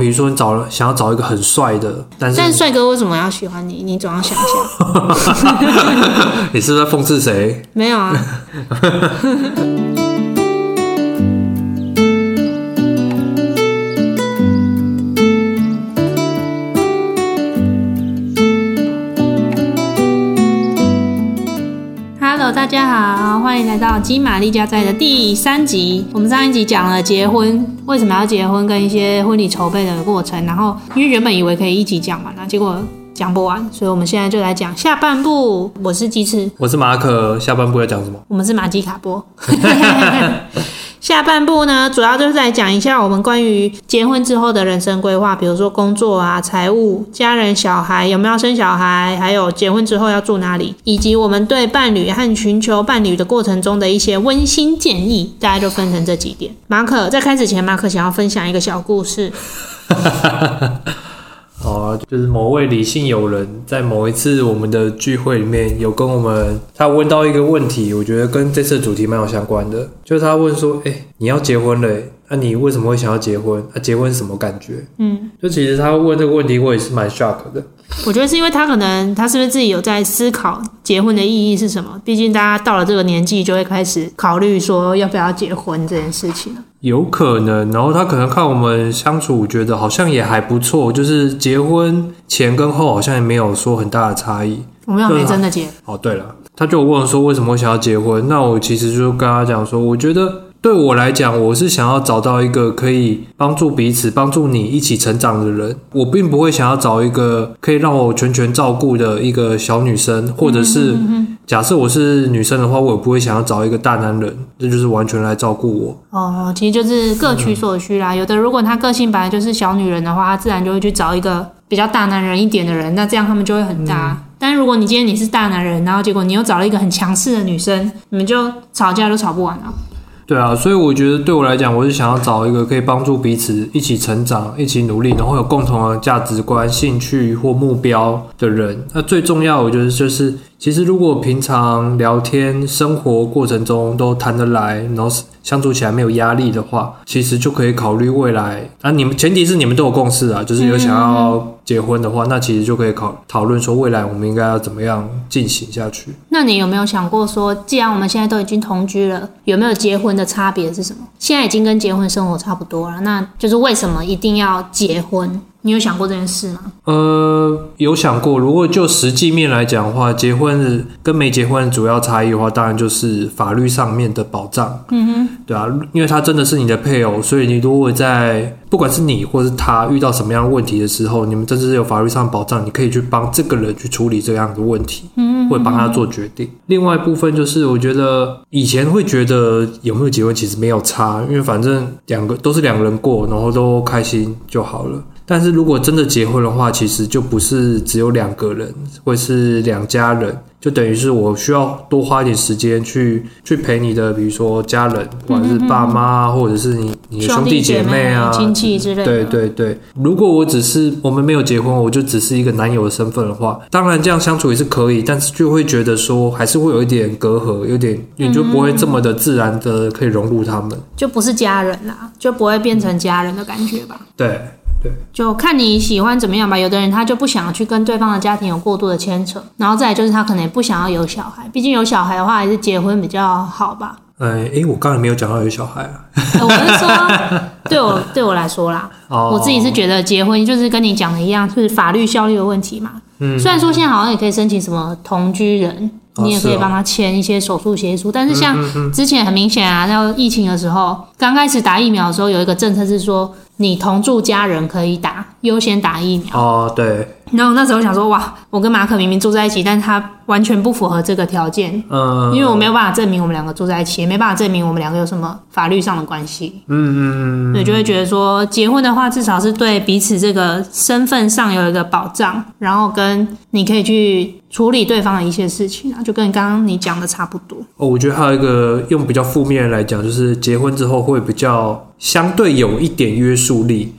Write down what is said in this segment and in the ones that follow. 比如说你找了想要找一个很帅的，但是但帅哥为什么要喜欢你？你总要想一下。你是不是在讽刺谁？没有啊，Hello，大家好，欢迎来到金玛丽家在的第三集。我们上一集讲了结婚为什么要结婚，跟一些婚礼筹备的过程。然后因为原本以为可以一集讲完了，结果讲不完，所以我们现在就来讲下半部。我是鸡翅，我是马可，下半部要讲什么？我们是马吉卡波。下半部呢，主要就是来讲一下我们关于结婚之后的人生规划，比如说工作啊、财务、家人、小孩有没有生小孩，还有结婚之后要住哪里，以及我们对伴侣和寻求伴侣的过程中的一些温馨建议。大家就分成这几点。马可在开始前，马可想要分享一个小故事。好啊，就是某位理性友人在某一次我们的聚会里面有跟我们，他问到一个问题，我觉得跟这次的主题蛮有相关的，就是他问说：“哎、你要结婚了、那、你为什么会想要结婚？啊，结婚是什么感觉？”嗯，就其实他问这个问题，我也是蛮 shock 的。我觉得是因为他可能他是不是自己有在思考结婚的意义是什么？毕竟大家到了这个年纪，就会开始考虑说要不要结婚这件事情了。有可能，然后他可能看我们相处，觉得好像也还不错，就是结婚前跟后好像也没有说很大的差异。我们又没真的结，哦，对了，他就有问我说为什么会想要结婚？那我其实就跟他讲说，我觉得对我来讲，我是想要找到一个可以帮助彼此、帮助你一起成长的人。我并不会想要找一个可以让我全权照顾的一个小女生，或者是假设我是女生的话，我也不会想要找一个大男人，这就是完全来照顾我。哦，其实就是各取所需啦。有的如果他个性本来就是小女人的话，他自然就会去找一个比较大男人一点的人，那这样他们就会很搭。但如果你今天你是大男人，然后结果你又找了一个很强势的女生，你们就吵架都吵不完了。对啊，所以我觉得对我来讲，我是想要找一个可以帮助彼此一起成长、一起努力，然后有共同的价值观、兴趣或目标的人。那最重要，我觉得就是，其实如果平常聊天、生活过程中都谈得来，然后相处起来没有压力的话，其实就可以考虑未来。啊，你们前提是你们都有共识啊，就是有想要结婚的话，那其实就可以考讨论说未来我们应该要怎么样进行下去。那你有没有想过说，既然我们现在都已经同居了，有没有结婚的差别是什么？现在已经跟结婚生活差不多了，那就是为什么一定要结婚？你有想过这件事吗？呃，有想过，如果就实际面来讲的话，结婚的跟没结婚的主要差异的话，当然就是法律上面的保障。嗯哼，对啊，因为他真的是你的配偶，所以你如果在不管是你或是他遇到什么样的问题的时候，你们真的是有法律上的保障，你可以去帮这个人去处理这样的问题，嗯，会帮他做决定。另外一部分就是，我觉得以前会觉得有没有结婚其实没有差，因为反正两个都是两个人过，然后都开心就好了。但是如果真的结婚的话，其实就不是只有两个人，会是两家人，就等于是我需要多花一点时间去去陪你的，比如说家人，不管是爸妈啊，或者是你你的兄弟姐妹啊、亲戚之类的，对对对，如果我只是我们没有结婚，我就只是一个男友的身份的话，当然这样相处也是可以，但是就会觉得说还是会有一点隔阂，有点你就不会这么的自然的可以融入他们。就不是家人啦，就不会变成家人的感觉吧。对对，就看你喜欢怎么样吧。有的人他就不想去跟对方的家庭有过度的牵扯，然后再来就是他可能也不想要有小孩，毕竟有小孩的话还是结婚比较好吧。哎哎，我刚才没有讲到有小孩啊，呃我是说，对我 对我来说啦，哦我自己是觉得结婚就是跟你讲的一样，是法律效力的问题嘛。嗯虽然说现在好像也可以申请什么同居人，哦你也可以是哦嗯帮他签一些手术协议书，但是像之前很明显啊，到疫情的时候，刚开始打疫苗的时候，有一个政策是说你同住家人可以打，优先打疫苗。哦对，然后那时候想说，哇，我跟马可明明住在一起，但他完全不符合这个条件，嗯，因为我没有办法证明我们两个住在一起，也没办法证明我们两个有什么法律上的关系。嗯嗯嗯。对，就会觉得说，结婚的话，至少是对彼此这个身份上有一个保障，然后跟你可以去处理对方的一些事情啊，就跟刚刚你讲的差不多。哦，我觉得还有一个用比较负面来讲，就是结婚之后会比较相对有一点约束 力，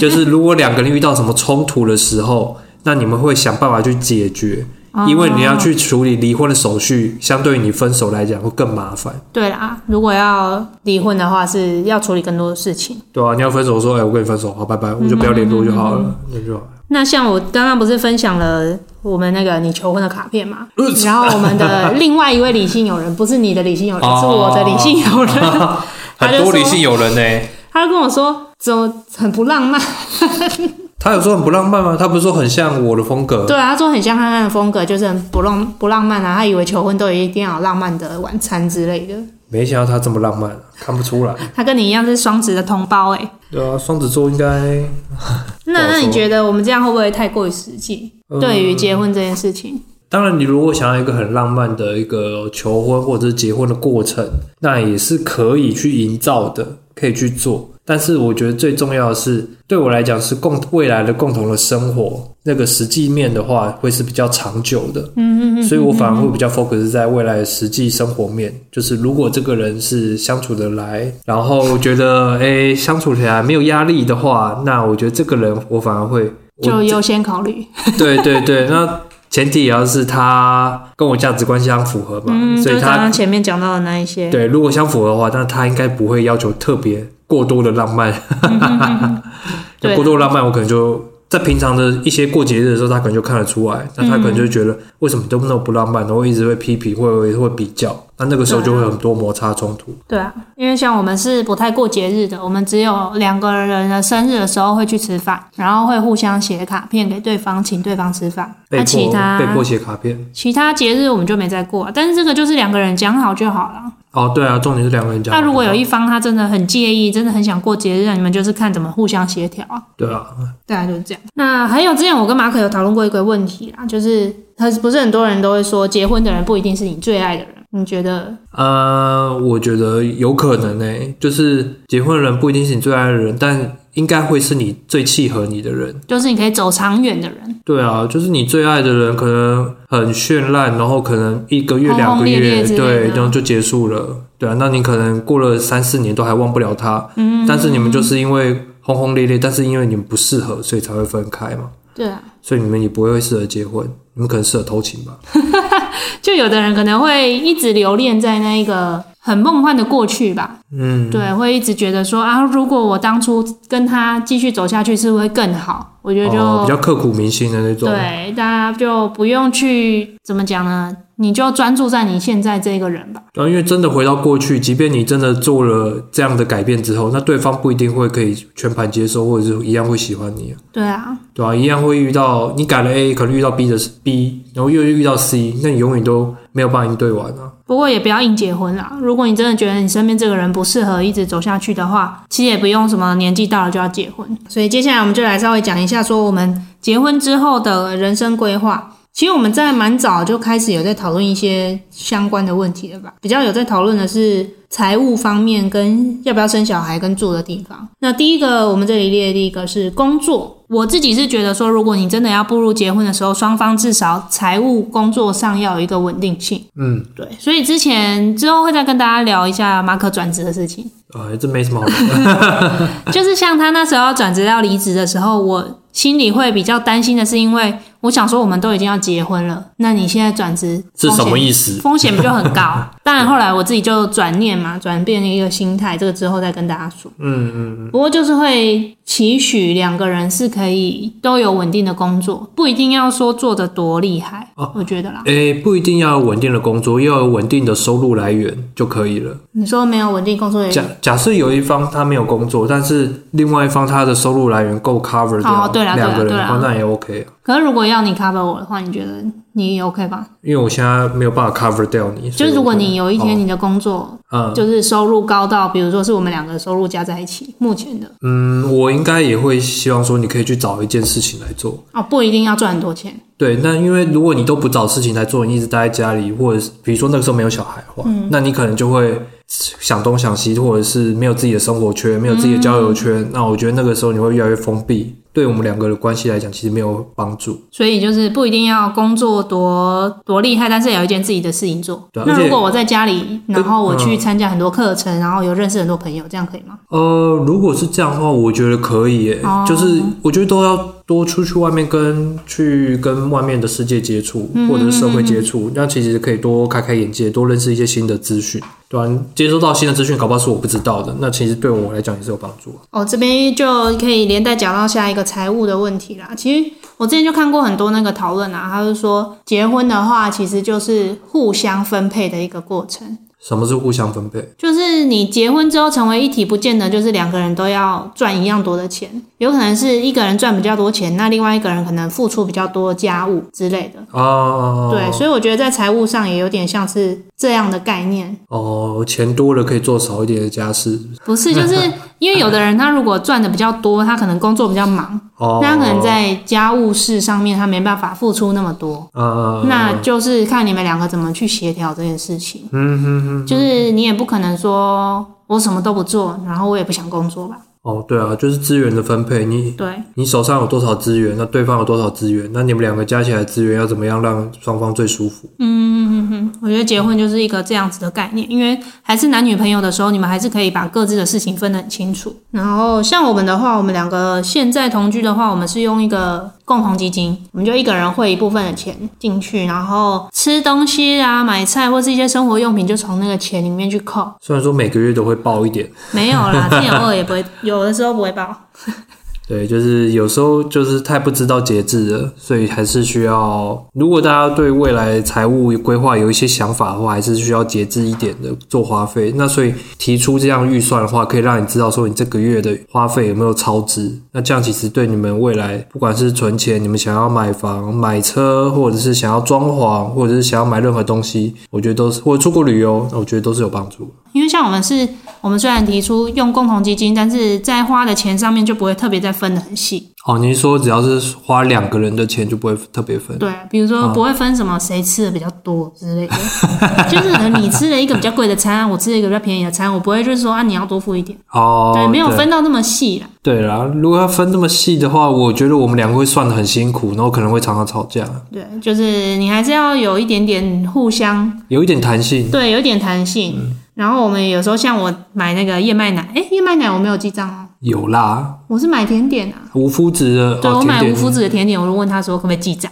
就是如果两个人遇到什么冲突的时候，那你们会想办法去解决。哦因为你要去处理离婚的手续，相对于你分手来讲会更麻烦，对啦，如果要离婚的话，是要处理更多的事情。对啊，你要分手说，哎、我跟你分手，好，拜拜，我就不要联络就好嗯了，那就好了。那像我刚刚不是分享了我们那个你求婚的卡片 嘛？然后我们的另外一位理性友人，不是你的理性友人，哦是我的理性友人， 他很就多说理性友人呢、他就跟我说，怎么很不浪漫？他有说很不浪漫吗？他不是说很像我的风格？对啊，他说很像他那的风格，就是很不浪不浪漫啊。他以为求婚都一定要有浪漫的晚餐之类的。没想到他这么浪漫，啊看不出来。他跟你一样是双子的同胞哎、对啊，双子座应该那不好那你说觉得我们这样会不会太过于实际？嗯对于结婚这件事情，当然，你如果想要一个很浪漫的一个求婚或者是结婚的过程，那也是可以去营造的，可以去做。但是我觉得最重要的是，对我来讲是共未来的共同的生活，那个实际面的话会是比较长久的。嗯嗯嗯。所以我反而会比较 focus 在未来的实际生活面，就是如果这个人是相处得来，然后觉得诶、相处起来没有压力的话，那我觉得这个人我反而会我就优先考虑。对对对，那前提也要是他跟我价值观相符合嘛，嗯，所就以是刚他刚前面讲到的那一些。对如果相符合的话，那他应该不会要求特别过多的浪漫。嗯对 啊过多的浪漫，我可能就在平常的一些过节日的时候，他可能就看得出来，那他可能就会觉得为什么都那么不浪漫，然后一直会批评，会会会比较，那那个时候就会有很多摩擦冲突。对啊，因为像我们是不太过节日的，我们只有两个人的生日的时候会去吃饭，然后会互相写卡片给对方，请对方吃饭。被那其迫他被迫写卡片其他节日我们就没再过啊，但是这个就是两个人讲好就好了。哦，对啊，重点是两个人讲。那如果有一方他真的很介意，真的很想过节日，你们就是看怎么互相协调啊。对啊，大概就是这样。那还有之前我跟马可有讨论过一个问题啦，就是他不是很多人都会说，结婚的人不一定是你最爱的人，你觉得？呃，我觉得有可能诶、就是结婚的人不一定是你最爱的人，但应该会是你最契合你的人。就是你可以走长远的人，对啊，就是你最爱的人可能很绚烂，然后可能一个月、轰两轰个烈烈月，之类对，的然后就结束了。对啊，那你可能过了三四年都还忘不了他，嗯，但是你们就是因为轰轰烈烈，但是因为你们不适合，所以才会分开嘛。对啊，所以你们也不会适合结婚，你们可能适合偷情吧？就有的人可能会一直留恋在那一个很梦幻的过去吧，嗯，对，会一直觉得说啊，如果我当初跟他继续走下去，是不是会更好？我觉得就、哦，比较刻骨铭心的那种。对，大家就不用去怎么讲呢？你就专注在你现在这个人吧。对啊，因为真的回到过去，即便你真的做了这样的改变之后，那对方不一定会可以全盘接受，或者是一样会喜欢你啊，对啊，对啊，一样会遇到你改了 A，可能遇到 B 的 B，然后又遇到 C，那你永远都没有办法应对完啊。不过也不要硬结婚啦。如果你真的觉得你身边这个人不适合一直走下去的话，其实也不用什么年纪到了就要结婚。所以接下来我们就来稍微讲一下，说我们结婚之后的人生规划。其实我们在蛮早就开始有在讨论一些相关的问题了吧？比较有在讨论的是财务方面跟要不要生小孩跟住的地方。那第一个，我们这里列的第一个是工作。我自己是觉得说，如果你真的要步入结婚的时候，双方至少财务、工作上要有一个稳定性。嗯，对，所以之前之后会再跟大家聊一下马可转职的 事情。啊，这没什么好聊的。就是像他那时候转职要离职的时候，我心里会比较担心的是，因为我想说我们都已经要结婚了，那你现在转职是什么风险意思？风险不就很 高？当然后来我自己就转念嘛，转变了一个心态，这个之后再跟大家说。嗯嗯，不过就是会期许两个人是可以都有稳定的工作，不一定要说做的多厉害，哦我觉得啦。诶，哎不一定要有稳定的工作，要有稳定的收入来源就可以了。你说没有稳定工作也假假设有一方他没有工作，但是另外一方他的收入来源够 cover 掉哦对啦对啦两个人对的啦话，那也 OK 啊。可是如果要你 cover 我的话，你觉得你 OK 吧？因为我现在没有办法 cover 掉你，就是如果你有一天哦你的工作嗯就是收入高到，比如说是我们两个收入加在一起，目前的嗯，我应该也会希望说你可以去找一件事情来做。哦，不一定要赚很多钱，对，那因为如果你都不找事情来做，你一直待在家里，或者是比如说那个时候没有小孩的话，嗯那你可能就会想东嗯想西，或者是没有自己的生活圈，没有自己的交友圈。那我觉得那个时候你会越来越封闭，对我们两个的关系来讲，其实没有帮助。所以就是不一定要工作多多厉害，但是要有一件自己的事情做。对啊而那且如果我在家里，然后我去嗯参加很多课程，然后有认识很多朋友，这样可以吗？呃，如果是这样的话，我觉得可以耶，哦就是我觉得都要多出去外面跟去跟外面的世界接触，嗯或者是社会接触，那其实可以多开开眼界，多认识一些新的资讯，对吧、接收到新的资讯，搞不好是我不知道的，那其实对我来讲也是有帮助啊。哦，这边就可以连带讲到下一个财务的问题啦。其实我之前就看过很多那个讨论啊，他就说结婚的话，其实就是互相分配的一个过程。什么是互相分配？就是你结婚之后成为一体，不见得就是两个人都要赚一样多的钱，有可能是一个人赚比较多钱，那另外一个人可能付出比较多家务之类的。啊，对，所以我觉得在财务上也有点像是这样的概念，哦，钱多了可以做少一点的家事，不是就是因为有的人他如果赚的比较多，他可能工作比较忙，哦，那他可能在家务事上面他没办法付出那么多，啊，那就是看你们两个怎么去协调这件事情。嗯哼哼，就是你也不可能说我什么都不做，然后我也不想工作吧？哦，对啊，就是资源的分配，你对，你手上有多少资源，那对方有多少资源，那你们两个加起来的资源要怎么样让双方最舒服？我觉得结婚就是一个这样子的概念，因为还是男女朋友的时候，你们还是可以把各自的事情分得很清楚。然后像我们的话，我们两个现在同居的话，我们是用一个共同基金，我们就一个人汇一部分的钱进去，然后吃东西啊、买菜或是一些生活用品，就从那个钱里面去扣。 虽然说每个月都会报一点，没有啦，之前偶尔也不会，有的时候不会报。对，就是有时候就是太不知道节制了，所以还是需要，如果大家对未来财务规划有一些想法的话，还是需要节制一点的做花费。那所以提出这样预算的话，可以让你知道说你这个月的花费有没有超支。那这样其实对你们未来，不管是存钱，你们想要买房、买车，或者是想要装潢，或者是想要买任何东西，我觉得都是，或者出国旅游，那我觉得都是有帮助。因为像我们是，我们虽然提出用共同基金，但是在花的钱上面就不会特别再分得很细。哦，您说只要是花两个人的钱就不会特别分。对，比如啊说不会分什么谁吃的比较多之类的， 就是可能你吃了一个比较贵的餐，我吃了一个比较便宜的餐，我不会就是说啊你要多付一点，哦，对，没有分到那么细啦。对啦，如果要分这么细的话，我觉得我们两个会算得很辛苦，然后可能会常常吵架，对，就是你还是要有一点点互相，有一点弹性。对，有一点弹性。嗯然后我们有时候像我买那个燕麦奶，诶，燕麦奶我没有记账哦，有啦，我是买甜点啊。无麸质的，对哦我甜买点无麸质的甜点，我就问他说可不可以记账，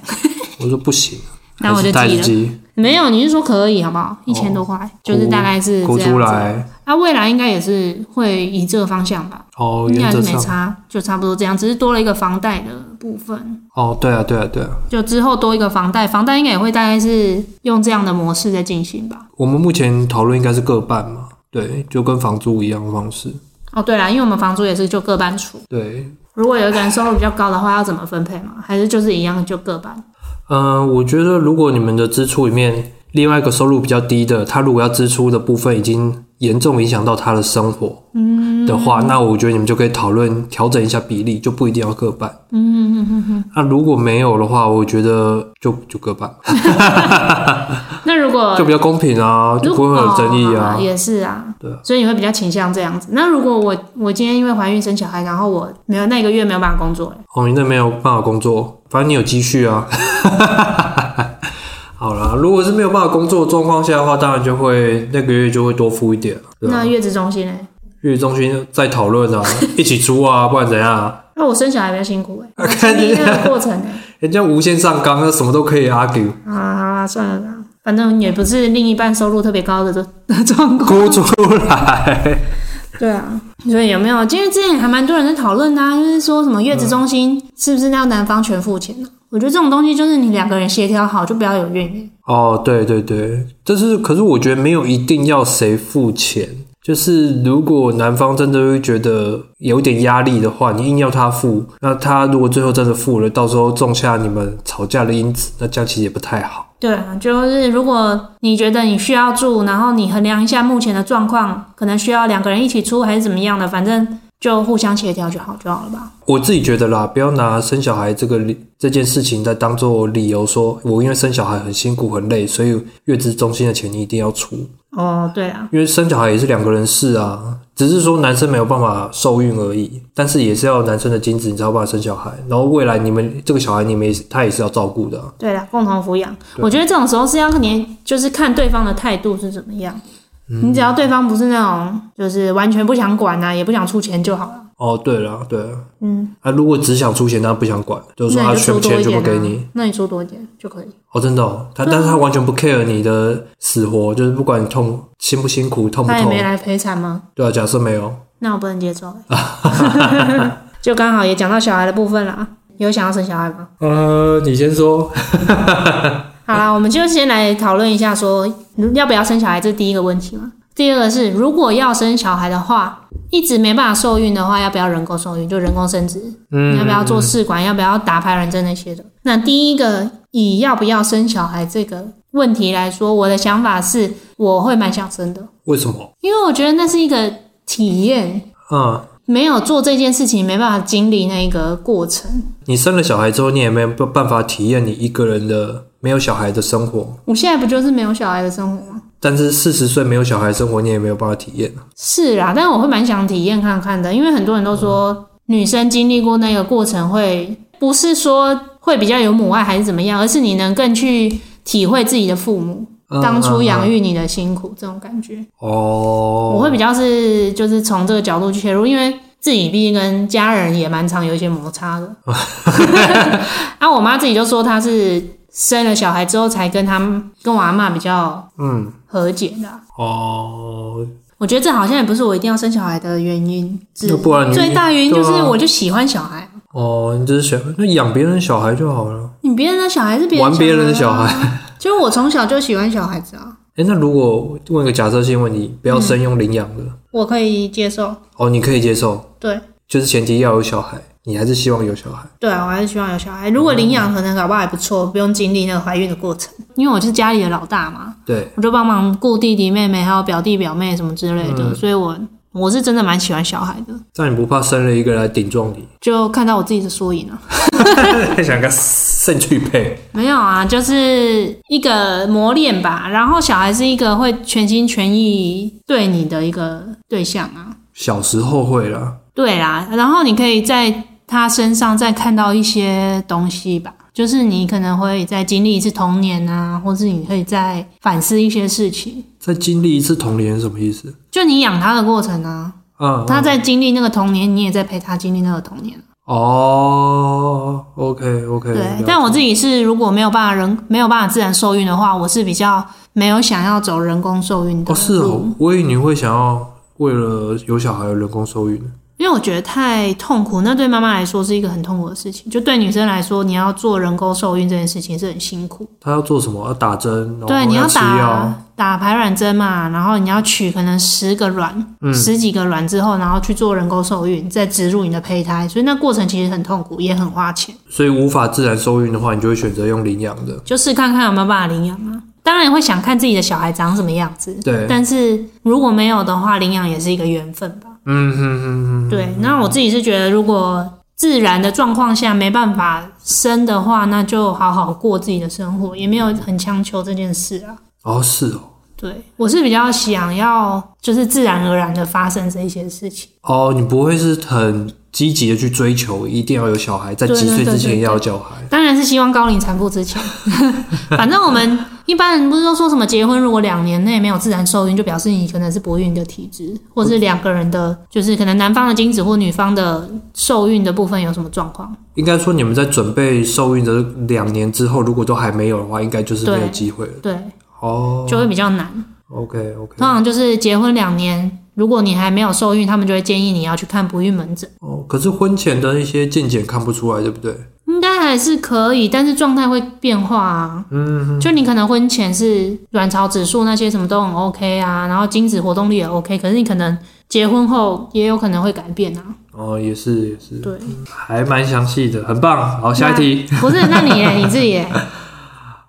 我说不行，啊那我就还是记带了着鸡没有，你是说可以好不好？一千多块，就是大概是哦哭这样出子。来。那、未来应该也是会以这个方向吧，哦，应该原还则是没上，差，就差不多这样，只是多了一个房贷的部分，哦，对啊，对啊，对啊，就之后多一个房贷，房贷应该也会大概是用这样的模式在进行吧。我们目前讨论应该是各半嘛，对，就跟房租一样的方式，哦，对了，因为我们房租也是就各半出，对，如果有一个人收入比较高的话，要怎么分配嘛？还是就是一样就各半？嗯，我觉得如果你们的支出里面另外一个收入比较低的，他如果要支出的部分已经严重影响到他的生活，嗯，的话，那我觉得你们就可以讨论调整一下比例，就不一定要各半。嗯嗯嗯嗯。那如果没有的话，我觉得就就各半，那如果就比较公平啊，就如不果会有争议哦啊。也是啊，对啊所以你会比较倾向这样子。那如果我我今天因为怀孕生小孩，然后我没有那一个月没有办法工作，哦，你那没有办法工作，反正你有积蓄啊。 好啦，如果是没有办法工作的状况下的话，当然就会那个月就会多付一点，啊对吧、那月子中心呢？月中心在讨论啊， 一起租啊，不然怎样啊？那我生小孩比较辛 苦哎、欸，我看经历那个过程哎、人家无限上纲，那什么都可以 argue，欸，啊，好啦，算了啦，反正也不是另一半收入特别高的这 的状况。哭出来。 对啊，所以有没有？因为之前还蛮多人在讨论的、啊，就是说什么月子中心是不是要男方全付钱呢、我觉得这种东西就是你两个人协调好，就不要有怨言。哦，对对对，但是可是我觉得没有一定要谁付钱，就是如果男方真的会觉得有点压力的话，你硬要他付，那他如果最后真的付了，到时候种下你们吵架的因子，那这样其实也不太好。对啊，就是如果你觉得你需要住，然后你衡量一下目前的状况，可能需要两个人一起出还是怎么样的，反正就互相协调就好就好了吧。我自己觉得啦，不要拿生小孩这个理这件事情再当做理由说，我因为生小孩很辛苦很累，所以月子中心的钱你一定要出。哦，对啊，因为生小孩也是两个人事啊，只是说男生没有办法受孕而已，但是也是要男生的精子，你才有办法生小孩。然后未来你们这个小孩，你们也是他也是要照顾的啊、对啦，共同抚养。我觉得这种时候是要你就是看对方的态度是怎么样。嗯你只要对方不是那种就是完全不想管呐、也不想出钱就好了。哦，对了，对了，嗯，啊，如果只想出钱，但不想管，就是说那他你全部就出多钱一全部点、给啊嗯你。，那你出多一点就可以。哦，真的、哦，他但是他完全不 care 你的死活，就是不管你痛辛不辛苦，痛不他也痛没，来陪产吗？对啊，假设没有，那我不能接受、 欸。 就刚好也讲到小孩的部分了啊，有想要生小孩吗？呃，你先说，好啦，我们就先来讨论一下说要不要生小孩，这是第一个问题嘛。第二个是，如果要生小孩的话，一直没办法受孕的话，要不要人工受孕？就人工生殖，嗯，你要不要做试管？要不要打排卵针那些的？那第一个以要不要生小孩这个问题来说，我的想法是，我会蛮想生的，为什么？因为我觉得那是一个体验，嗯，没有做这件事情，没办法经历那个过程。你生了小孩之后，你也没有办法体验你一个人的没有小孩的生活，我现在不就是没有小孩的生活吗？但是四十岁没有小孩生活，你也没有办法体验啊。是啦，但我会蛮想体验看看的，因为很多人都说女生经历过那个过程会，不是说会比较有母爱还是怎么样，而是你能更去体会自己的父母嗯当初养嗯育你的辛苦这种感觉。嗯哦，我会比较是就是从这个角度去切入，因为自己毕竟跟家人也蛮常有一些摩擦 的。啊，我妈自己就说她是生了小孩之后才跟她跟我阿妈比较嗯，和解的啊、哦，我觉得这好像也不是我一定要生小孩的原因，只那不然你最大原因对就啊是我就喜欢小孩。哦，你只是想那养别人的小孩就好了，你别人的小孩是别人玩别人的小小孩。啊， 就是我从小就喜欢小孩子啊，哎，那如果问一个假设性问题，不要生用领养的，我可以接受。哦，你可以接受，对就是前提要有小孩，你还是希望有小孩。对啊，我还是希望有小孩。如果领养，可能搞不好还不错，不用经历那个怀孕的过程。因为我是家里的老大嘛，对，我就帮忙顾弟弟妹妹，还有表弟表妹什么之类嗯的，所以我我是真的蛮喜欢小孩的，这样你不怕生了一个来顶撞 你？就看到我自己的缩影啊。想 跟肾去配没有啊，就是一个磨练吧。然后小孩是一个会全心全意对你的一个对象啊。小时候会啦，对啦，然后你可以在他身上再看到一些东西吧，就是你可能会再经历一次童年啊，或是你可以再反思一些事情。再经历一次童年是什么意思？就你养他的过程啊，啊、他在经历那个童年，你也在陪他经历那个童年。哦，OK OK，对，但我自己是如果没有办法人没有办法自然受孕的话，我是比较没有想要走人工受孕的嗯哦路。是哦，我以为你会想要为了有小孩而人工受孕，因为我觉得太痛苦，那对妈妈来说是一个很痛苦的事情。就对女生来说，你要做人工受孕这件事情是很辛苦。他要做什么？要打针，然对，后你哦要吃药，打啊打排卵针嘛，然后你要取可能十个卵、嗯十几个卵之后，然后去做人工受孕，再植入你的胚胎，所以那过程其实很痛苦，也很花钱。所以无法自然受孕的话，你就会选择用领养的。就是看看有没有办法领养啊。当然会想看自己的小孩长什么样子，对但是如果没有的话，领养也是一个缘分吧。嗯哼哼哼，对，那我自己是觉得，如果自然的状况下没办法生的话，那就好好过自己的生活，也没有很强求这件事啊。哦是哦。对我是比较想要，就是自然而然的发生这一些事情。哦，你不会是很积极的去追求，一定要有小孩，在对几对岁对之对前对要有小孩。当然是希望高龄产妇之前。 反正我们一般人不是都说什么结婚如果两年内没有自然受孕，就表示你可能是不孕的体质，或是两个人的，就是可能男方的精子或女方的受孕的部分有什么状况。应该说，你们在准备受孕的两年之后，如果都还没有的话，应该就是没有对机会了。对，哦就会比较难。 ，OK OK，通常就是结婚两年，如果你还没有受孕，他们就会建议你要去看不孕门诊，哦，可是婚前的一些见解看不出来，对不对？应该还是可以，但是状态会变化啊。嗯，就你可能婚前是卵巢指数那些什么都很 OK 啊，然后精子活动力也 OK，可是你可能结婚后也有可能会改变 啊。哦，也是也是，对，还蛮详细的，很棒。好，下一题，不是，那你嘞你自己嘞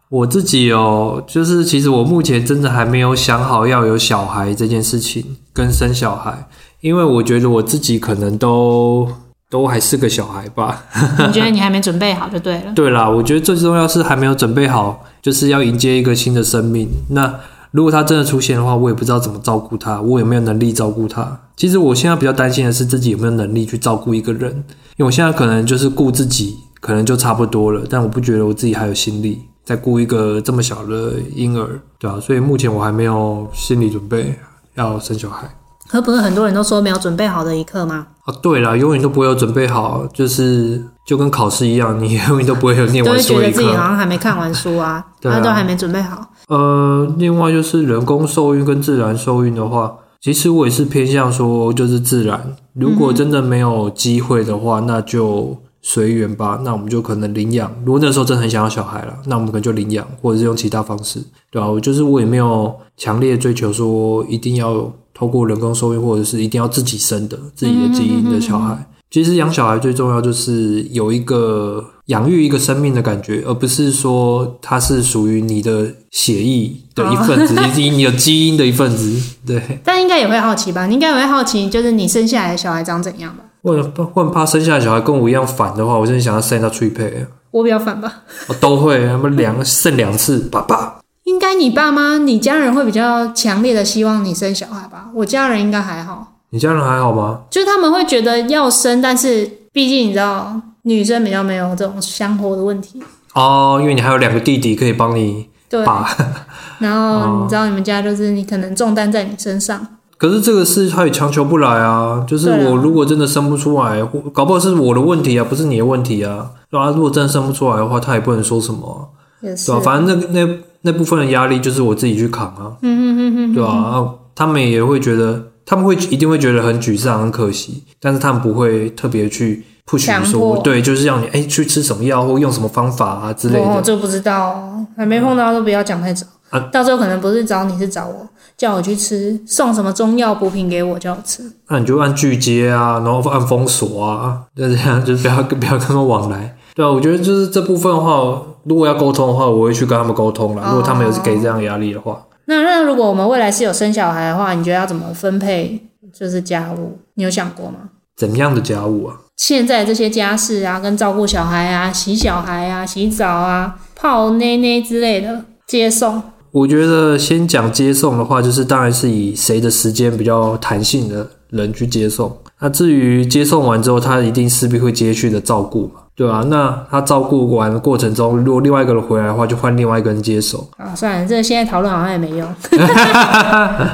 我自己哦，就是其实我目前真的还没有想好要有小孩这件事情，跟生小孩，因为我觉得我自己可能都都还是个小孩吧。你觉得你还没准备好就对了。对啦，我觉得最重要是还没有准备好，就是要迎接一个新的生命。那如果他真的出现的话，我也不知道怎么照顾他，我有没有能力照顾他。其实我现在比较担心的是自己有没有能力去照顾一个人，因为我现在可能就是顾自己，可能就差不多了，但我不觉得我自己还有心力再顾一个这么小的婴儿，对啊，所以目前我还没有心理准备要生小孩。可不是很多人都说没有准备好的一刻吗？啊，对了，永远都不会有准备好，就是就跟考试一样，你永远都不会有念都完会书觉的得哎一自己好刻。像还没看完书啊，对啊那都还没准备好。呃，另外就是人工受孕跟自然受孕的话，其实我也是偏向说就是自然。如果真的没有机会的话，那就随缘吧。那我们就可能领养。如果那时候真的很想要小孩了，那我们可能就领养，或者是用其他方式，对吧、我就是我也没有强烈追求说一定要透过人工受孕，或者是一定要自己生的自己的基因的小孩。其实养小孩最重要就是有一个养育一个生命的感觉，而不是说它是属于你的血液的一份子，以及你的基因的一份子。 对，但应该也会好奇吧？你应该也会好奇，就是你生下来的小孩长怎样吧？我很怕我很怕生下来小孩跟我一样反的话，我真的想要生到脆配，我比较反吧。我都会他们两生两次，爸爸。应该你爸妈、你家人会比较强烈的希望你生小孩吧？我家人应该还好，你家人还好吗？就是他们会觉得要生，但是毕竟你知道，女生比较没有这种香火的问题。哦，因为你还有两个弟弟可以帮你对，把。 然后你知道你们家就是你可能重担在你身上，可是这个事他也强求不来啊，就是对啊我如果真的生不出来，或搞不好是我的问题啊，不是你的问题啊。对啊，如果真的生不出来的话，他也不能说什么啊、也是对吧、。反正那那那部分的压力就是我自己去扛啊，嗯嗯嗯嗯，对吧、啊？他们也会觉得，他们会一定会觉得很沮丧、很可惜，但是他们不会特别去 push 你强说，迫对，就是让你哎去吃什么药或用什么方法啊之类我的。就不知道哦，还没碰到都不要讲太早。啊到时候可能不是找你，是找我，叫我去吃，送什么中药补品给我，叫我吃。那你就按拒接啊，然后按封锁啊， 就这样，就不要不要跟他们往来。对啊，我觉得就是这部分的话，如果要沟通的话，我会去跟他们沟通了。如果他们有给这样的压力的话，那那如果我们未来是有生小孩的话，你觉得要怎么分配就是家务？你有想过吗？怎样的家务啊？现在这些家事啊，跟照顾小孩啊、洗小孩啊、洗澡啊、泡奶奶之类的，接送，我觉得先讲接送的话，就是当然是以谁的时间比较弹性的人去接送。那至于接送完之后，他一定势必会接续的照顾嘛，对啊，那他照顾完的过程中，如果另外一个人回来的话，就换另外一个人接手。啊，算了，这个现在讨论好像也没用，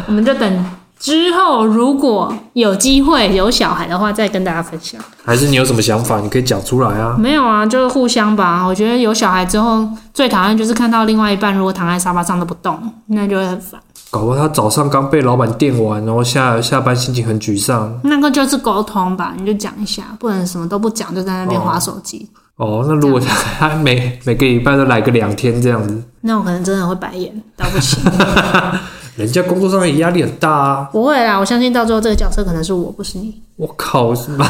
我们就等之后如果有机会有小孩的话，再跟大家分享。还是你有什么想法，你可以讲出来啊。没有啊，就是互相吧。我觉得有小孩之后，最讨厌就是看到另外一半如果躺在沙发上都不动，那就会很烦。搞不好他早上刚被老板电完，然后下下班心情很沮丧。那个就是沟通吧，你就讲一下，不能什么都不讲，就在那边划手机。哦，那如果他他每每个礼拜都来个两天这样子，那我可能真的会白眼到不行。人家工作上也压力很大啊！ 不会啦，我相信到最后这个角色可能是我，不是你，我靠，是吧？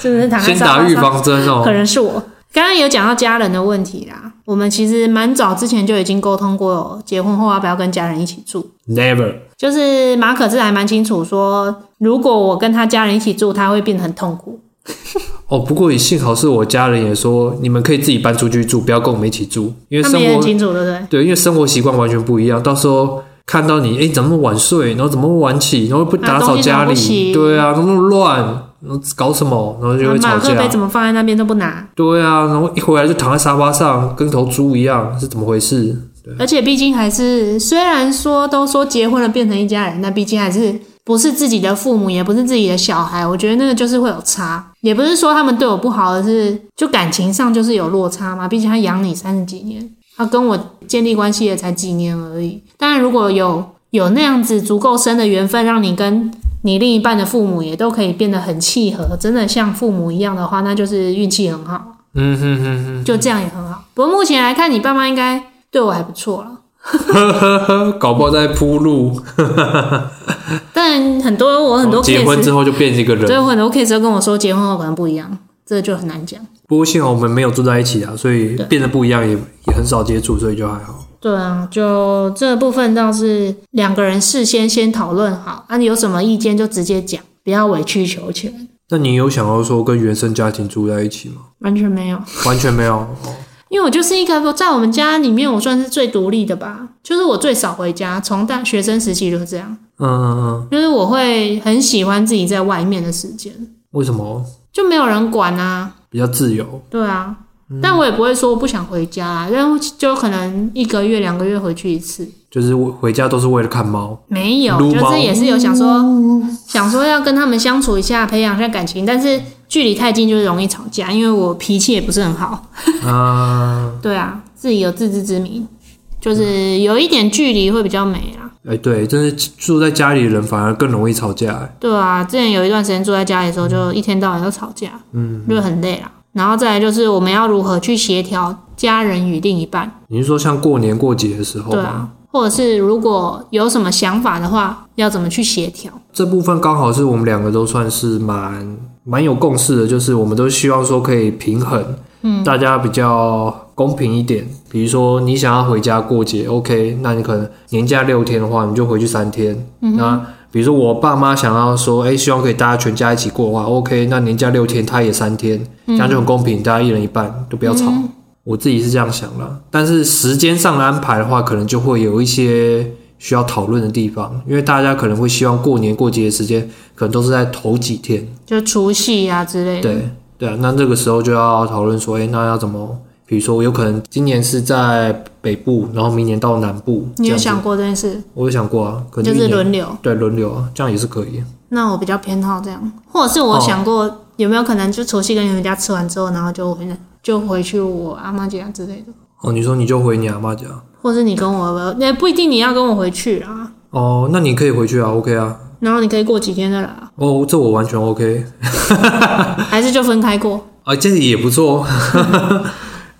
真的是躺在先沙打发预上，防针可哦。能是我。刚刚有讲到家人的问题啦，我们其实蛮早之前就已经沟通过，结婚后要不要跟家人一起住。 Never，就是马可是还蛮清楚说，如果我跟他家人一起住，他会变得很痛苦。哦，不过也幸好是我家人也说，你们可以自己搬出去住，不要跟我们一起住，因为他生们也很活清楚，对不对？对，因为生活习惯完全不一样，到时候。看到你，哎、怎么那么晚睡？然后怎么那么晚起？然后不打扫家啊东西怎么不里，洗对啊，怎么那么乱？然后搞什么？然后就会马吵克架。杯怎么放在那边都不拿，对啊，然后一回来就躺在沙发上，跟头猪一样，是怎么回事？ 而且毕竟还是，虽然说都说结婚了变成一家人，但毕竟还是不是自己的父母，也不是自己的小孩。我觉得那个就是会有差，也不是说他们对我不好，而是就感情上就是有落差嘛。毕竟他养你三十几年，他跟我建立关系也才几年而已。当然，如果有有那样子足够深的缘分，让你跟你另一半的父母也都可以变得很契合，真的像父母一样的话，那就是运气很好。嗯哼哼哼就这样也很好。不过目前来看，你爸妈应该对我还不错了。呵呵呵，搞不好在铺路。但很多我很多哦结婚 case，之后就变一个对人。我很多 case 都跟我说结婚后可能不一样，这就很难讲。不过幸好我们没有住在一起啊，所以变得不一样也也很少接触，所以就还好。对啊，就这部分倒是两个人事先先讨论好，啊，你有什么意见就直接讲，不要委曲求全，那你有想要说跟原生家庭住在一起吗？完全没有。完全没有。哦因为我就是一个在我们家里面，我算是最独立的吧，就是我最少回家，从大学生时期就是这样，嗯嗯嗯，就是我会很喜欢自己在外面的时间，为什么就没有人管啊，比较自由？对啊，嗯但我也不会说我不想回家、啊，但就可能一个月、两个月回去一次，就是我回家都是为了看猫，没有，撸就猫是也是有想说想说要跟他们相处一下，培养一下感情，但是距离太近就是容易吵架，因为我脾气也不是很好。啊， 对啊，自己有自知之明，就是有一点距离会比较美啊啦。哎、对，真是住在家里的人反而更容易吵架、哎对啊，之前有一段时间住在家里的时候，就一天到晚都吵架，嗯，就很累啦。然后再来就是我们要如何去协调家人与另一半，你是说像过年过节的时候对吗？啊，或者是如果有什么想法的话，要怎么去协调？这部分刚好是我们两个都算是蛮蛮有共识的，就是我们都希望说可以平衡，嗯，大家比较公平一点。比如说你想要回家过节，OK，那你可能年假六天的话，你就回去三天。那比如说我爸妈想要说，哎，希望可以大家全家一起过的话，OK，那年假六天，他也三天，这样就很公平，大家一人一半，就不要吵。我自己是这样想啦，但是时间上的安排的话，可能就会有一些需要讨论的地方，因为大家可能会希望过年过节的时间，可能都是在头几天，就除夕啊之类的。对对啊，那这个时候就要讨论说，哎、那要怎么？比如说，我有可能今年是在北部，然后明年到南部，你这有样想子？过这件事？我有想过啊，可能就一是年轮流。对轮流啊，这样也是可以。那我比较偏好这样，或者是我想过有没有可能就除夕跟你们家吃完之后，然后就回就回去我阿妈家之类的。哦，你说你就回你阿妈家，或是你跟我，呃那不一定你要跟我回去啊，哦，那你可以回去啊，OK 啊，然后你可以过几天再来啊，哦，这我完全 OK，还是就分开过？啊，这也不错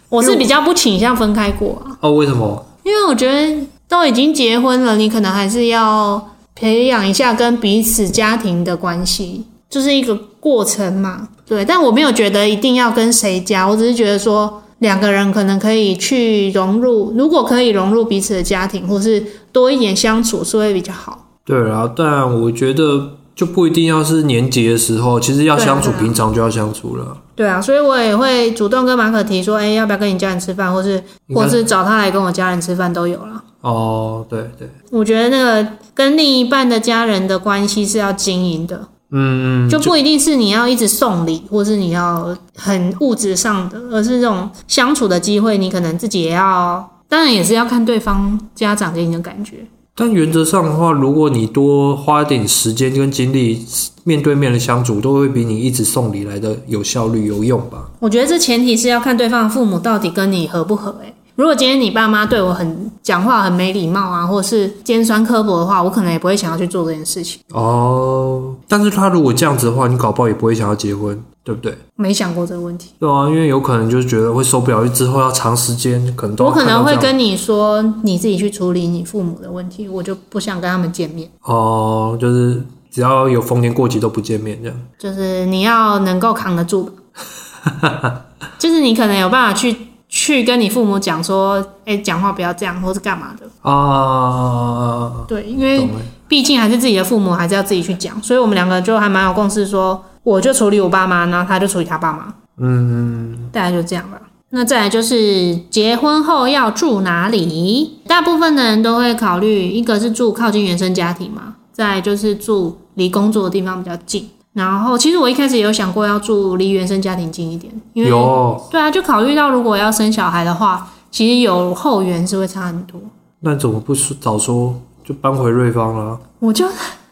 我是比较不倾向分开过啊，哦，为什么？因为我觉得都已经结婚了，你可能还是要培养一下跟彼此家庭的关系，就是一个过程嘛。对，但我没有觉得一定要跟谁家，我只是觉得说两个人可能可以去融入，如果可以融入彼此的家庭，或是多一点相处，是会比较好。对啦，但我觉得就不一定要是年节的时候，其实要相处对，啊平常就要相处了。对啊，所以我也会主动跟马可提说，哎、要不要跟你家人吃饭，或是你看或是找他来跟我家人吃饭都有了。哦，对对，我觉得那个跟另一半的家人的关系是要经营的，嗯嗯，就不一定是你要一直送礼，或是你要很物质上的，而是这种相处的机会，你可能自己也要，当然也是要看对方家长给你的感觉。但原则上的话，如果你多花点时间跟精力面对面的相处，都会比你一直送礼来的有效率、有用吧？我觉得这前提是要看对方的父母到底跟你合不合、欸。如果今天你爸妈对我很讲话很没礼貌啊，或是尖酸刻薄的话，我可能也不会想要去做这件事情。哦，但是他如果这样子的话，你搞不好也不会想要结婚，对不对？没想过这个问题，对啊，因为有可能就是觉得会受不了，之后要长时间可能都要我可看能到这会样跟你说，你自己去处理你父母的问题，我就不想跟他们见面。哦，就是只要有逢年过节都不见面这样。就是你要能够扛得住吧， 就是你可能有办法去去跟你父母讲说，哎、讲话不要这样，或是干嘛的。啊，对，因为哦懂了。毕竟还是自己的父母，还是要自己去讲。所以我们两个就还蛮有共识说我就处理我爸妈，然后他就处理他爸妈，嗯，大概就这样吧。那再来就是结婚后要住哪里？大部分的人都会考虑，一个是住靠近原生家庭嘛，再来就是住离工作的地方比较近。然后其实我一开始也有想过要住离原生家庭近一点，因为有，对啊，就考虑到如果要生小孩的话，其实有后援是会差很多。那怎么不说早说就搬回瑞芳啦？我就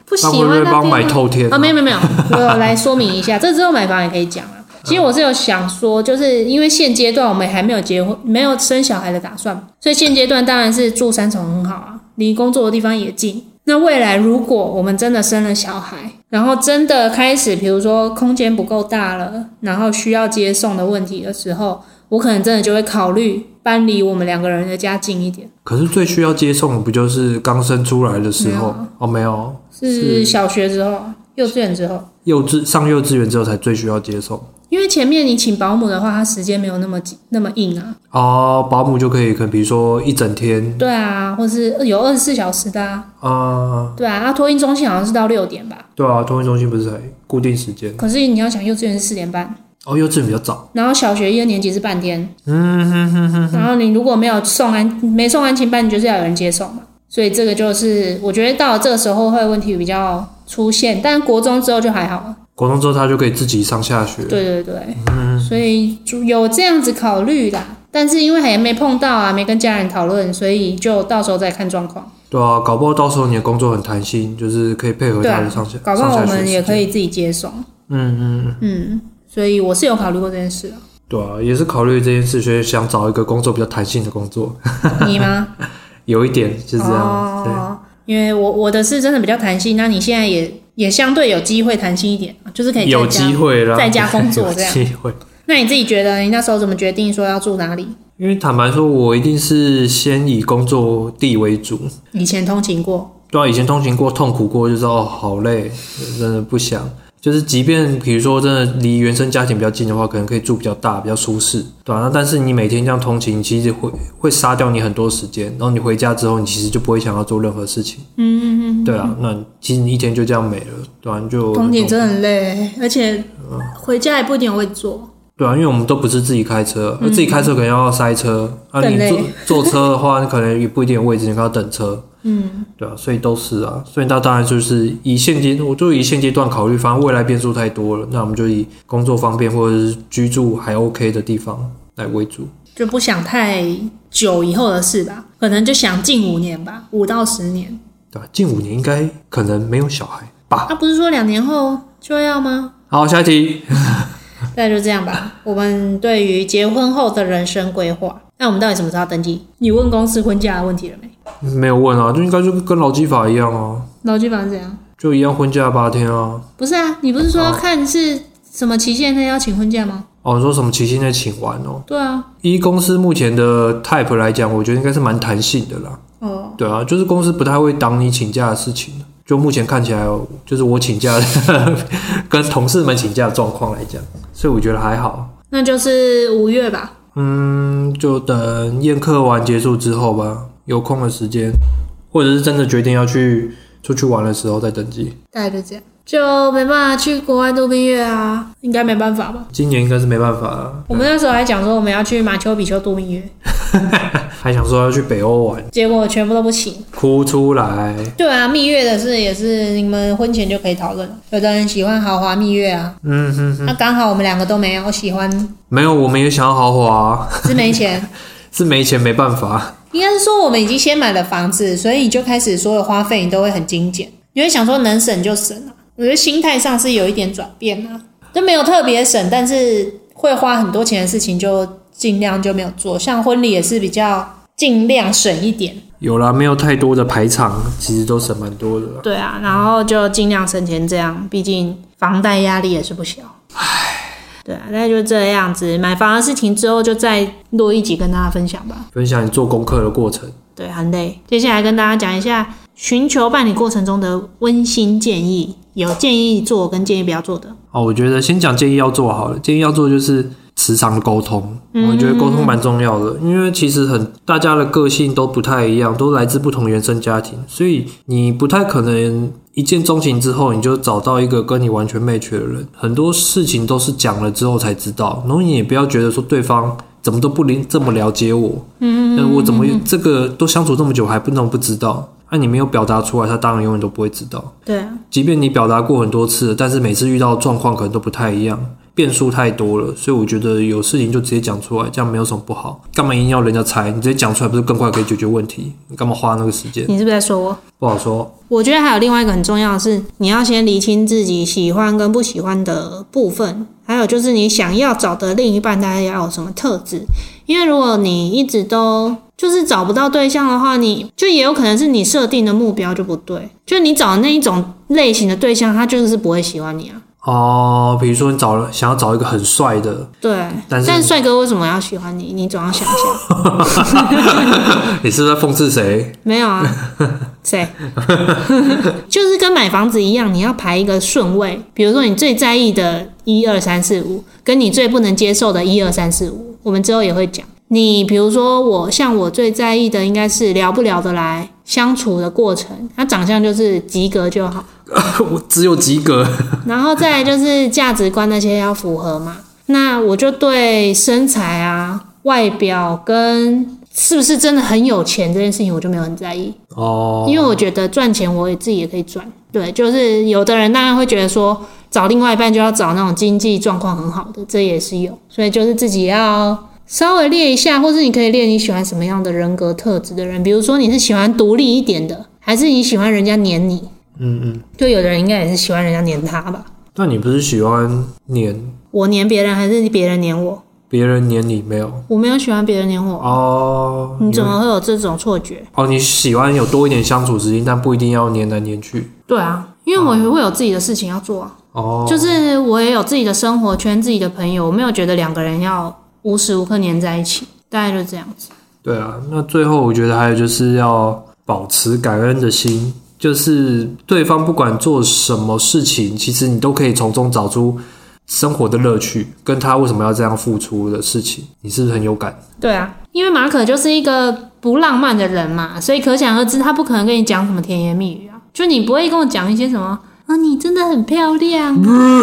不喜搬回欢瑞那芳边买啊透天啊，没有没有没有，我有来说明一下，这之后买房也可以讲啊。其实我是有想说，就是因为现阶段我们还没有结婚，没有生小孩的打算，所以现阶段当然是住三重很好啊，离工作的地方也近。那未来如果我们真的生了小孩，然后真的开始，比如说空间不够大了，然后需要接送的问题的时候，我可能真的就会考虑搬离我们两个人的家近一点。可是最需要接送的不就是刚生出来的时没有候哦？没有，是小学之后，幼稚园之后，幼稚上幼稚园之后才最需要接送因为前面你请保姆的话，它时间没有那么紧那么硬啊。哦。保姆就可以，可能比如说一整天对啊，或是有二十四小时的啊。啊，对啊，啊，托运中心好像是到六点吧。对啊，托运中心不是才固定时间可是你要想，幼稚园是四点半，哦，幼稚园比较早，然后小学一二年级是半天，嗯哼哼哼，然后你如果没有送安没送安亲班，你就是要有人接送嘛。所以这个就是我觉得到了这个时候会问题比较出现，但国中之后就还好了。国中之后他就可以自己上下学，对对对，嗯所以就有这样子考虑啦。但是因为还没碰到啊，没跟家人讨论，所以就到时候再看状况。对啊，搞不好到时候你的工作很弹性，就是可以配合对他啊的上下，搞不好我上下学们也时间可，以自己接送。嗯嗯嗯，嗯，所以我是有考虑过这件事啊。对啊，也是考虑这件事，所以想找一个工作比较弹性的工作， 你吗？有一点是这样，对。哦，因为我我的是真的比较弹性，那你现在也也相对有机会弹性一点，就是可以在有家机会啦，在家工 作有这样机会。那你自己觉得，你那时候怎么决定说要住哪里？因为坦白说，我一定是先以工作地为主。以前通勤过，对啊，以前通勤过、痛苦过，就知道哦好累，真的不想。就是即便比如说真的离原生家庭比较近的话，可能可以住比较大、比较舒适，对啊，那但是你每天这样通勤，其实会会杀掉你很多时间。然后你回家之后，你其实就不会想要做任何事情。嗯嗯嗯。对啊，那其实你一天就这样没了，对啊，你就通勤真的很累，而且回家也不一定有会做。对啊，因为我们都不是自己开车，而自己开车可能要塞车、啊。更你累 坐坐车的话，你可能也不一定有位置，你可能要等车。嗯， 对啊，所以都是啊，所以那当然就是以现阶，我就以现阶段考虑，反正未来变数太多了，那我们就以工作方便或者是居住还 OK 的地方来为主。就不想太久以后的事吧，可能就想近五年吧，五到十年。对、啊，近五年应该可能没有小孩吧。啊，不是说两年后就要吗？好，下一题。那就这样吧。我们对于结婚后的人生规划，那我们到底什么时候要登记？你问公司婚假的问题了没？没有问啊，就应该就跟劳基法一样啊，老基本上是这样。就一样婚假八天啊。不是啊，你不是说要看是什么期限内要请婚假吗？哦，你说什么期限内请完哦？对啊，依公司目前的 type 来讲，我觉得应该是蛮弹性的啦。哦，对啊，就是公司不太会挡你请假的事情。啊就目前看起来哦，就是我请假的跟同事们请假的状况来讲，所以我觉得还好。那就是五月吧。嗯，就等宴客完结束之后吧，有空的时间，或者是真的决定要去出去玩的时候再登记。大概就这样，就没办法去国外度蜜月啊，应该没办法吧？今年应该是没办法了，我们那时候还讲说我们要去马丘比丘度蜜月，还想说要去北欧玩，结果全部都不行。哭出来。对啊，蜜月的事也是你们婚前就可以讨论了。有的人喜欢豪华蜜月啊，嗯哼哼，那刚好我们两个都没有喜欢，没有，我们也想要豪华，啊是没钱。是没钱没办法。应该是说我们已经先买了房子，所以你就开始所有花费你都会很精简，你会想说能省就省啊。我觉得心态上是有一点转变啊，就没有特别省，但是会花很多钱的事情就尽量就没有做，像婚礼也是比较尽量省一点。有啦，没有太多的排场，其实都省蛮多的啦。对啊，然后就尽量省钱，这样，毕竟房贷压力也是不小。对啊，那就这样子。买房的事情之后，就再录一集跟大家分享吧。分享你做功课的过程，对，很累。接下来跟大家讲一下寻求伴侣过程中的温馨建议，有建议做跟建议不要做的。哦，我觉得先讲建议要做好了，建议要做就是时常的沟通，我觉得沟通蛮重要的，因为其实很大家的个性都不太一样，都来自不同原生家庭，所以你不太可能一见钟情之后你就找到一个跟你完全 match 的人，很多事情都是讲了之后才知道，然后你也不要觉得说对方。怎么都不理这么了解我，嗯，那我怎么这个都相处这么久还不能不知道？那、你没有表达出来，他当然永远都不会知道。对啊，即便你表达过很多次了，但是每次遇到的状况可能都不太一样，变数太多了，所以我觉得有事情就直接讲出来，这样没有什么不好。干嘛硬要人家猜？你直接讲出来不是更快可以解决问题？你干嘛花那个时间？你是不是在说我？不好说。我觉得还有另外一个很重要的是，你要先厘清自己喜欢跟不喜欢的部分，还有就是你想要找的另一半大概要有什么特质。因为如果你一直都就是找不到对象的话，你就也有可能是你设定的目标就不对，就你找的那一种类型的对象，他就是不会喜欢你啊。哦，比如说你找了想要找一个很帅的，对，但是帅哥为什么要喜欢你？你总要想 一下。你是不是在讽刺谁？ 没有啊，谁？ 就是跟买房子一样，你要排一个顺位。比如说你最在意的一二三四五，跟你最不能接受的一二三四五，我们之后也会讲。你比如说我，像我最在意的应该是聊不聊得来，相处的过程，他长相就是及格就好。我只有及格。然后再来就是价值观那些要符合嘛。那我就对身材啊、外表跟是不是真的很有钱这件事情，我就没有很在意，哦，因为我觉得赚钱我也自己也可以赚。对，就是有的人当然会觉得说找另外一半就要找那种经济状况很好的，这也是有，所以就是自己要稍微列一下，或是你可以列你喜欢什么样的人格特质的人，比如说你是喜欢独立一点的，还是你喜欢人家黏你？嗯嗯，就有的人应该也是喜欢人家黏他吧，那你不是喜欢黏我黏别人还是别人黏我？别人黏你没有？我没有喜欢别人黏我，哦，你怎么会有这种错觉？哦，你喜欢有多一点相处时间，但不一定要黏来黏去。对啊，因为我也会有自己的事情要做啊，哦，就是我也有自己的生活圈、自己的朋友，我没有觉得两个人要无时无刻黏在一起，大概就这样子。对啊，那最后我觉得还有就是要保持感恩的心，就是对方不管做什么事情，其实你都可以从中找出生活的乐趣，跟他为什么要这样付出的事情，你是不是很有感？对啊，因为马可就是一个不浪漫的人嘛，所以可想而知，他不可能跟你讲什么甜言蜜语啊，就你不会跟我讲一些什么。啊，你真的很漂亮啊！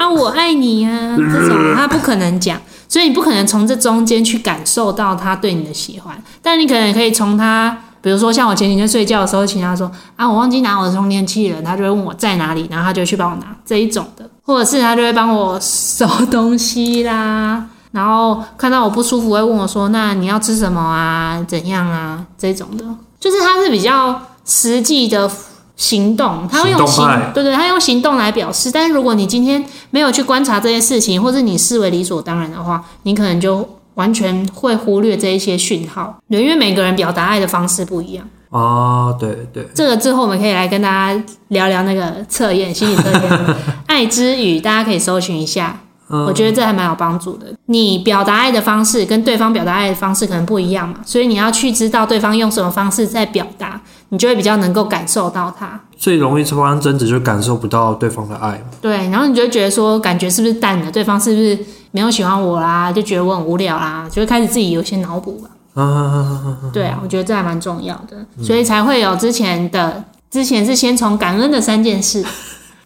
啊，我爱你啊！这种他不可能讲，所以你不可能从这中间去感受到他对你的喜欢。但你可能可以从他，比如说像我前几天睡觉的时候，请他说啊，我忘记拿我的充电器了，他就会问我在哪里，然后他就会去帮我拿这一种的，或者是他就会帮我收东西啦，然后看到我不舒服会问我说，那你要吃什么啊？怎样啊？这种的，就是他是比较实际的。行动，他会用行行动派，对对，他用行动来表示。但是如果你今天没有去观察这些事情，或者你视为理所当然的话，你可能就完全会忽略这一些讯号。对，因为每个人表达爱的方式不一样。啊，对对，这个之后我们可以来跟大家聊聊那个测验，心理测验爱之语，大家可以搜寻一下。嗯我觉得这还蛮有帮助的。你表达爱的方式跟对方表达爱的方式可能不一样嘛，所以你要去知道对方用什么方式在表达，你就会比较能够感受到他。最容易发生争执就感受不到对方的爱嘛。对，然后你就会觉得说，感觉是不是淡了？对方是不是没有喜欢我啦？就觉得我很无聊啦，就会开始自己有一些脑补吧。啊，嗯对啊，我觉得这还蛮重要的，所以才会有之前的，之前是先从感恩的三件事，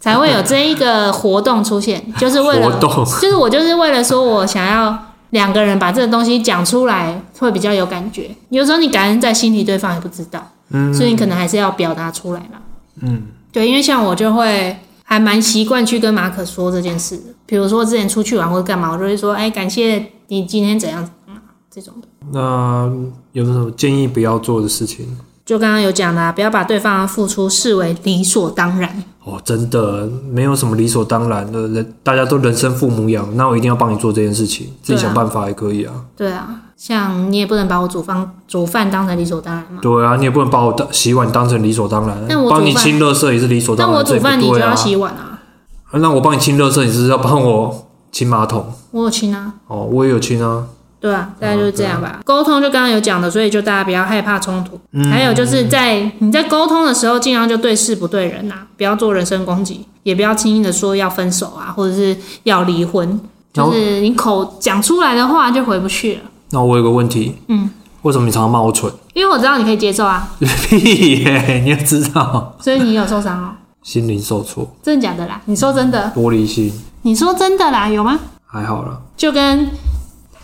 才会有这一个活动出现，就是为活了，动就是我就是为了说我想要两个人把这个东西讲出来，会比较有感觉。有时候你感恩在心里，对方也不知道，嗯，所以你可能还是要表达出来嘛，嗯，对，因为像我就会。还蛮习惯去跟马可说这件事的，比如说之前出去玩或者干嘛，我就会说，哎、感谢你今天怎样怎样啊这种。那有没有什么建议不要做的事情？就刚刚有讲啦、不要把对方的付出视为理所当然。哦，真的没有什么理所当然的，人大家都人生父母养，那我一定要帮你做这件事情，自己想办法也可以啊。对啊，像你也不能把我煮饭煮饭当成理所当然嘛。对啊，你也不能把我当洗碗当成理所当然那我，煮帮你饭清垃圾也是理所但当我然，这煮也不饭你就对要啊。洗碗啊，啊那我帮你清垃圾，你是不是要帮我清马桶我有亲啊。哦，我也有清啊。对啊，大概就是这样吧。沟、通就刚刚有讲的，所以就大家不要害怕冲突。还有就是在你在沟通的时候，尽量就对事不对人呐、啊不要做人身攻击，也不要轻易的说要分手啊，或者是要离婚。然就后是你口讲出来的话就回不去了，那我有个问题，嗯，为什么你常常骂我蠢？ 因为我知道你可以接受啊，屁耶、你要知道，所以你有受伤哦、 心灵受挫，真的假的啦？你说真的？玻璃心，你说真的啦？有吗？还好啦。就跟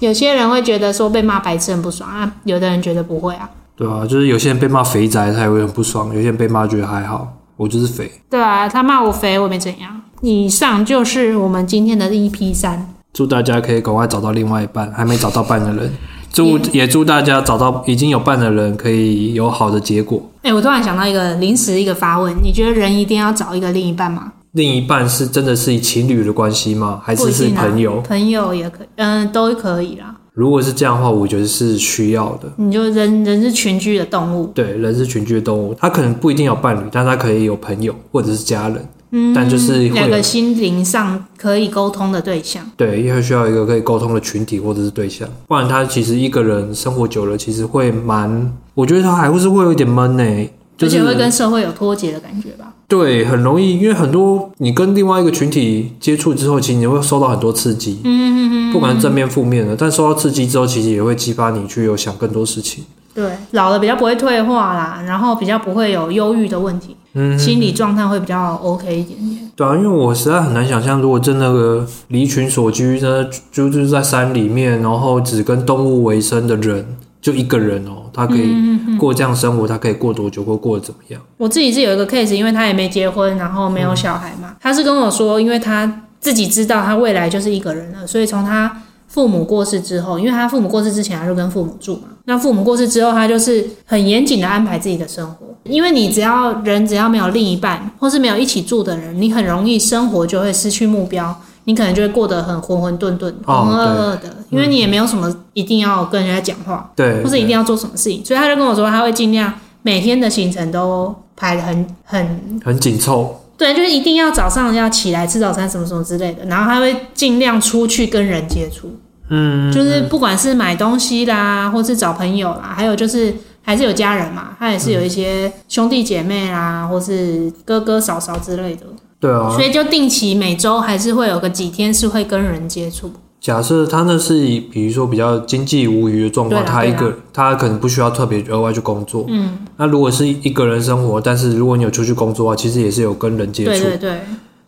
有些人会觉得说被骂白痴很不爽啊，有的人觉得不会啊。对啊，就是有些人被骂肥宅，他也会很不爽；有些人被骂觉得还好，我就是肥。对啊，他骂我肥，我没怎样。以上就是我们今天的 EP 三，祝大家可以赶快找到另外一半，还没找到伴的人， 祝也祝大家找到已经有伴的人可以有好的结果。哎、我突然想到一个临时一个发问，你觉得人一定要找一个另一半吗？另一半是真的是以情侣的关系吗？还不是一是定啊朋友？朋友也可以，嗯、都可以啦。如果是这样的话，我觉得是需要的。你就人人是群居的动物，对，人是群居的动物，他可能不一定有伴侣，但他可以有朋友或者是家人。嗯，但就是会两有个心灵上可以沟通的对象。对，也会需要一个可以沟通的群体或者是对象，不然他其实一个人生活久了，其实会蛮，我觉得他还会是会有一点闷呢、就而且会是跟社会有脱节的感觉吧？对，很容易，因为很多你跟另外一个群体接触之后，其实你会受到很多刺激，嗯嗯嗯嗯，不管是正面负面的，但受到刺激之后，其实也会激发你去有想更多事情。对，老了比较不会退化啦，然后比较不会有忧郁的问题，嗯，心理状态会比较 OK 一点点。对啊，因为我实在很难想象，如果真的离群所居，真的就就是在山里面，然后只跟动物为生的人，就一个人哦，他可嗯以过这样生活，他可以过多久，或过得怎么样？我自己是有一个 case，因为他也没结婚，然后没有小孩嘛，他是跟我说，因为他自己知道他未来就是一个人了，所以从他父母过世之后，因为他父母过世之前他就跟父母住嘛，那父母过世之后，他就是很严谨的安排自己的生活，因为你只要人只要没有另一半或是没有一起住的人，你很容易生活就会失去目标。你可能就会过得很浑浑沌沌、浑哦浑噩噩的，因为你也没有什么一定要跟人家讲话，对，或是一定要做什么事情，所以他就跟我说，他会尽量每天的行程都排的很很很紧凑，对，就是一定要早上要起来吃早餐什么什么之类的，然后他会尽量出去跟人接触，嗯，就是不管是买东西啦，或是找朋友啦，还有就是。还是有家人嘛，他也是有一些兄弟姐妹啦，或是哥哥嫂嫂之类的，对嗯啊，所以就定期每周还是会有个几天是会跟人接触。假设他那是以比如说比较经济无余的状况，对啦啊他一对个他可能不需要特别额外去工作。嗯，那如果是一个人生活，但是如果你有出去工作的话，其实也是有跟人接对触，对对，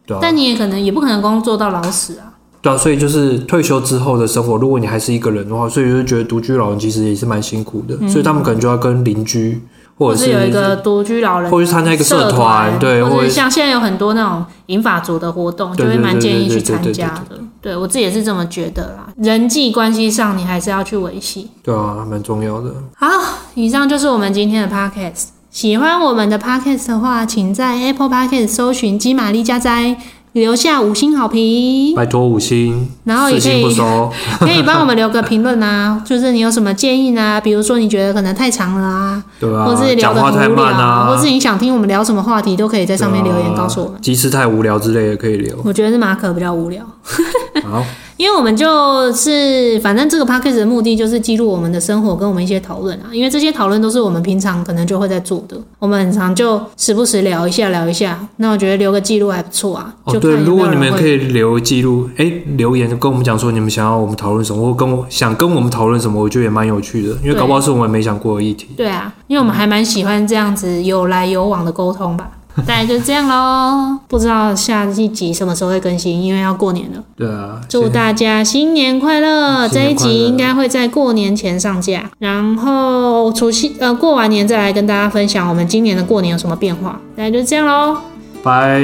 对啊，但你也可能也不可能工作到老死啊。对啊，所以就是退休之后的生活，如果你还是一个人的话，所以就是觉得独居老人其实也是蛮辛苦的，所以他们可能就要跟邻居或嗯或者是有一个独居老人，或是参加一个社社团对或或者是像现在有很多那种银发族的活动，就对会对蛮对建议对去对参对对加的。对我自己也是这么觉得啦，人际关系上你还是要去维系。对啊，蛮重要的。好，以上就是我们今天的 podcast。喜欢我们的 podcast 的话，请在 Apple Podcast 搜寻“金玛丽家宅”，留下五星好评。拜托五星，然后也四可以星不收，可以帮我们留个评论啊，就是你有什么建议呢？比如说你觉得可能太长了啊，对啊， 或是聊讲得话很太无聊慢啊，或是你想听我们聊什么话题，都可以在上面留言告诉我们。即使太无聊之类的可以留。我觉得是马可比较无聊， 好，因为我们就是反正这个 podcast 的目的就是记录我们的生活跟我们一些讨论啊，因为这些讨论都是我们平常可能就会在做的，我们很常就时不时聊一下聊一下，那我觉得留个记录还不错啊。哦，就看对，有没有如果你人们会可以留记录，哎，留言跟我们讲说你们想要我们讨论什么，或跟我想跟我们讨论什么，我觉得也蛮有趣的，因为对搞不好是我们没想过的议题。对啊，因为我们还蛮喜欢这样子有来有往的沟 通吧。大概就这样喽，不知道下一集什么时候会更新，因为要过年了。对啊，祝大家新年快乐！新这一年快乐集应该会在过年前上架，然后除夕呃过完年再来跟大家分享我们今嗯年的过年有什么变化。大概就这样喽，拜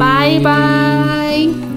拜拜。